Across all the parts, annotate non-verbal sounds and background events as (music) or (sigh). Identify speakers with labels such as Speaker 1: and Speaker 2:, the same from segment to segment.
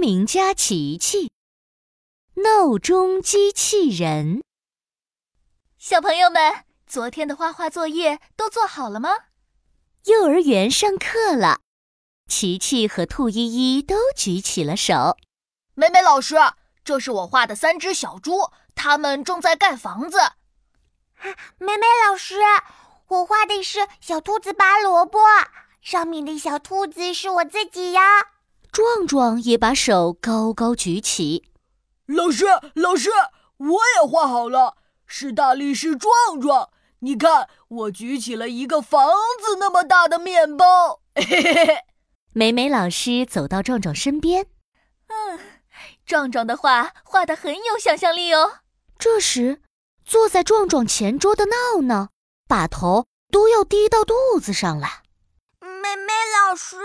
Speaker 1: 明家琪琪，闹钟机器人。
Speaker 2: 小朋友们，昨天的画画作业都做好了吗？
Speaker 1: 幼儿园上课了，琪琪和兔依依都举起了手。
Speaker 3: 美美老师，这是我画的三只小猪，它们正在盖房子。
Speaker 4: 美美啊老师，我画的是小兔子拔萝卜，上面的小兔子是我自己呀。
Speaker 1: 壮壮也把手高高举起。
Speaker 5: 老师，老师，我也画好了，是大力士壮壮。你看，我举起了一个房子那么大的
Speaker 2: (laughs)
Speaker 5: 面包。嘿嘿嘿。
Speaker 1: 美美老师走到壮壮身边，
Speaker 2: 嗯，壮壮的画画的很有想象力哦。
Speaker 1: 这时，坐在壮壮前桌的闹闹，把头都要低到肚子上来。
Speaker 4: 美美老师，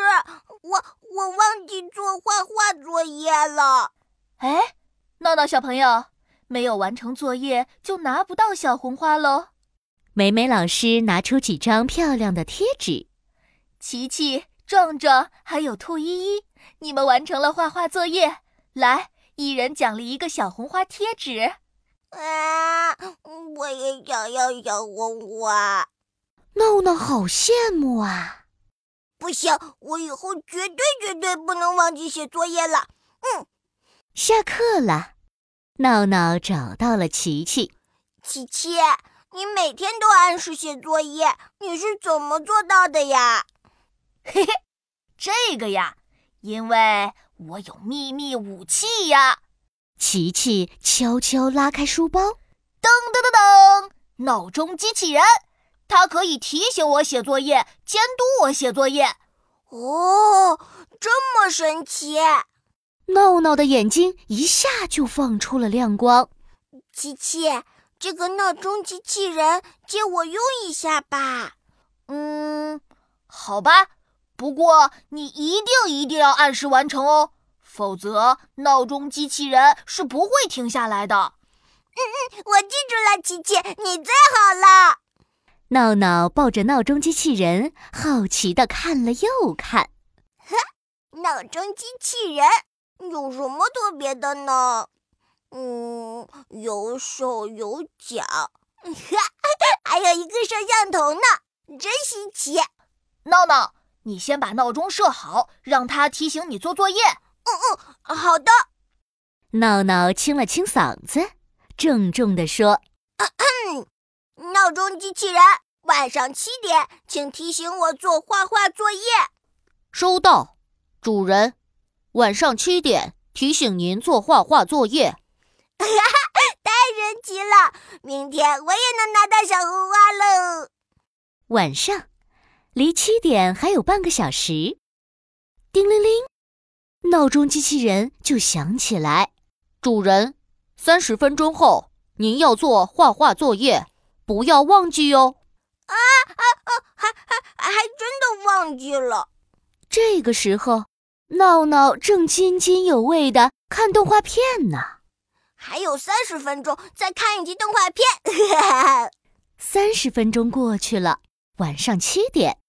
Speaker 4: 我我忘记做画画作业了。
Speaker 2: 哎，闹闹小朋友，没有完成作业就拿不到小红花喽。
Speaker 1: 美美老师拿出几张漂亮的贴纸，
Speaker 2: 琪琪、壮壮还有兔依依，你们完成了画画作业，来，一人奖励一个小红花贴纸。
Speaker 4: 啊，我也想要小红花。
Speaker 1: 闹闹好羡慕啊！
Speaker 4: 不行，我以后绝对绝对不能忘记写作业了。嗯，
Speaker 1: 下课了，闹闹找到了琪琪。
Speaker 4: 琪琪，你每天都按时写作业，你是怎么做到的呀？
Speaker 3: 嘿嘿，这个呀，因为我有秘密武器呀。
Speaker 1: 琪琪悄悄拉开书包，
Speaker 3: 噔噔噔噔，闹钟机器人。它可以提醒我写作业，监督我写作业。
Speaker 4: 哦，这么神奇！
Speaker 1: 闹闹的眼睛一下就放出了亮光。
Speaker 4: 琪琪，这个闹钟机器人借我用一下吧。
Speaker 3: 嗯，好吧，不过你一定一定要按时完成哦，否则闹钟机器人是不会停下来的。
Speaker 4: 嗯嗯，我记住了，琪琪，你最好了。
Speaker 1: 闹闹抱着闹钟机器人，好奇地看了又看。
Speaker 4: 呵，闹钟机器人有什么特别的呢？嗯，有手有脚， (laughs) 还有一个摄像头呢，真新奇。
Speaker 3: 闹闹，你先把闹钟设好，让它提醒你做作业。
Speaker 4: 嗯嗯，好的。
Speaker 1: 闹闹清了清嗓子，郑重地说。
Speaker 4: 闹钟机器人，晚上七点，请提醒我做画画作业。
Speaker 6: 收到，主人。晚上七点提醒您做画画作业。
Speaker 4: 太神奇了！明天我也能拿到小红花喽。
Speaker 1: 晚上，离七点还有半个小时。叮铃铃，闹钟机器人就响起来。
Speaker 6: 主人，三十分钟后您要做画画作业。不要忘记哦哟！
Speaker 4: 啊啊啊！还还还真的忘记了。
Speaker 1: 这个时候，闹闹正津津有味的看动画片呢。
Speaker 4: 还有三十分钟，再看一集动画 (laughs) 片。
Speaker 1: 三十分钟过去了，晚上七点，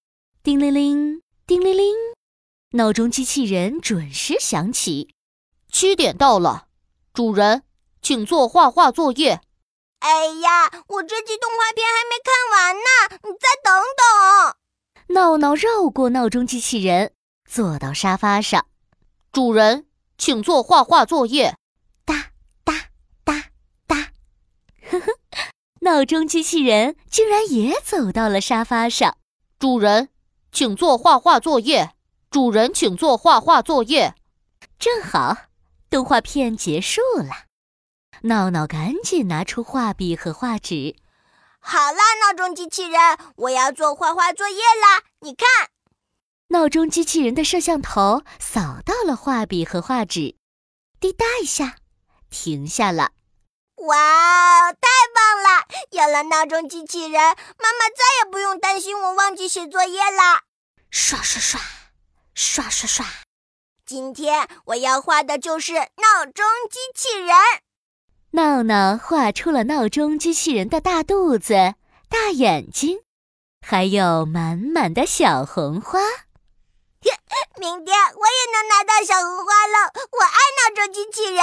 Speaker 1: 叮铃铃，叮铃铃，闹钟机器人准时响起。
Speaker 6: 七点到了，主人，请做画画作业。
Speaker 4: 哎呀，我这集动画片还没看完呢，你再等等。
Speaker 1: 闹闹绕过闹钟机器人，坐到沙发上。
Speaker 6: 主人，请做画画作业。
Speaker 1: 哒哒哒哒，呵呵， (laughs) 闹钟机器人竟然也走到了沙发上。
Speaker 6: 主人，请做画画作业。主人，请做画画作业。
Speaker 1: 正好，动画片结束了。闹闹赶紧拿出画笔和画纸。
Speaker 4: 好啦，闹钟机器人，我要做画画作业啦！你看，
Speaker 1: 闹钟机器人的摄像头扫到了画笔和画纸，滴答一下，停下了。
Speaker 4: 哇哦，太棒了！有了闹钟机器人，妈妈再也不用担心我忘记写作业啦！
Speaker 1: 刷刷刷，刷刷刷，
Speaker 4: 今天我要画的就是闹钟机器人。
Speaker 1: 闹闹画出了闹钟机器人的大肚子、大眼睛，还有满满的小红花。
Speaker 4: 明天我也能拿到小红花了，我爱机器人